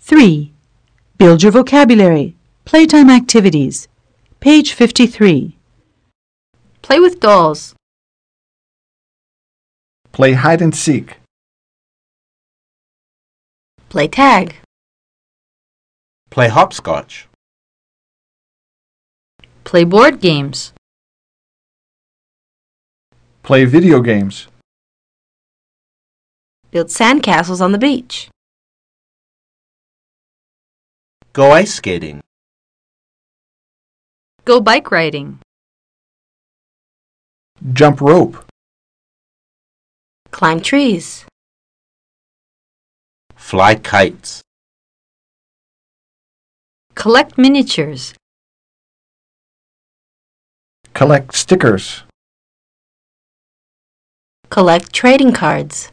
3. Build your vocabulary. Playtime activities. Page 53. Play with dolls. Play hide and seek. Play tag. Play hopscotch. Play board games. Play video games. Build sandcastles on the beach. Go ice skating. Go bike riding. Jump rope. Climb trees. Fly kites. Collect miniatures. Collect stickers. Collect trading cards.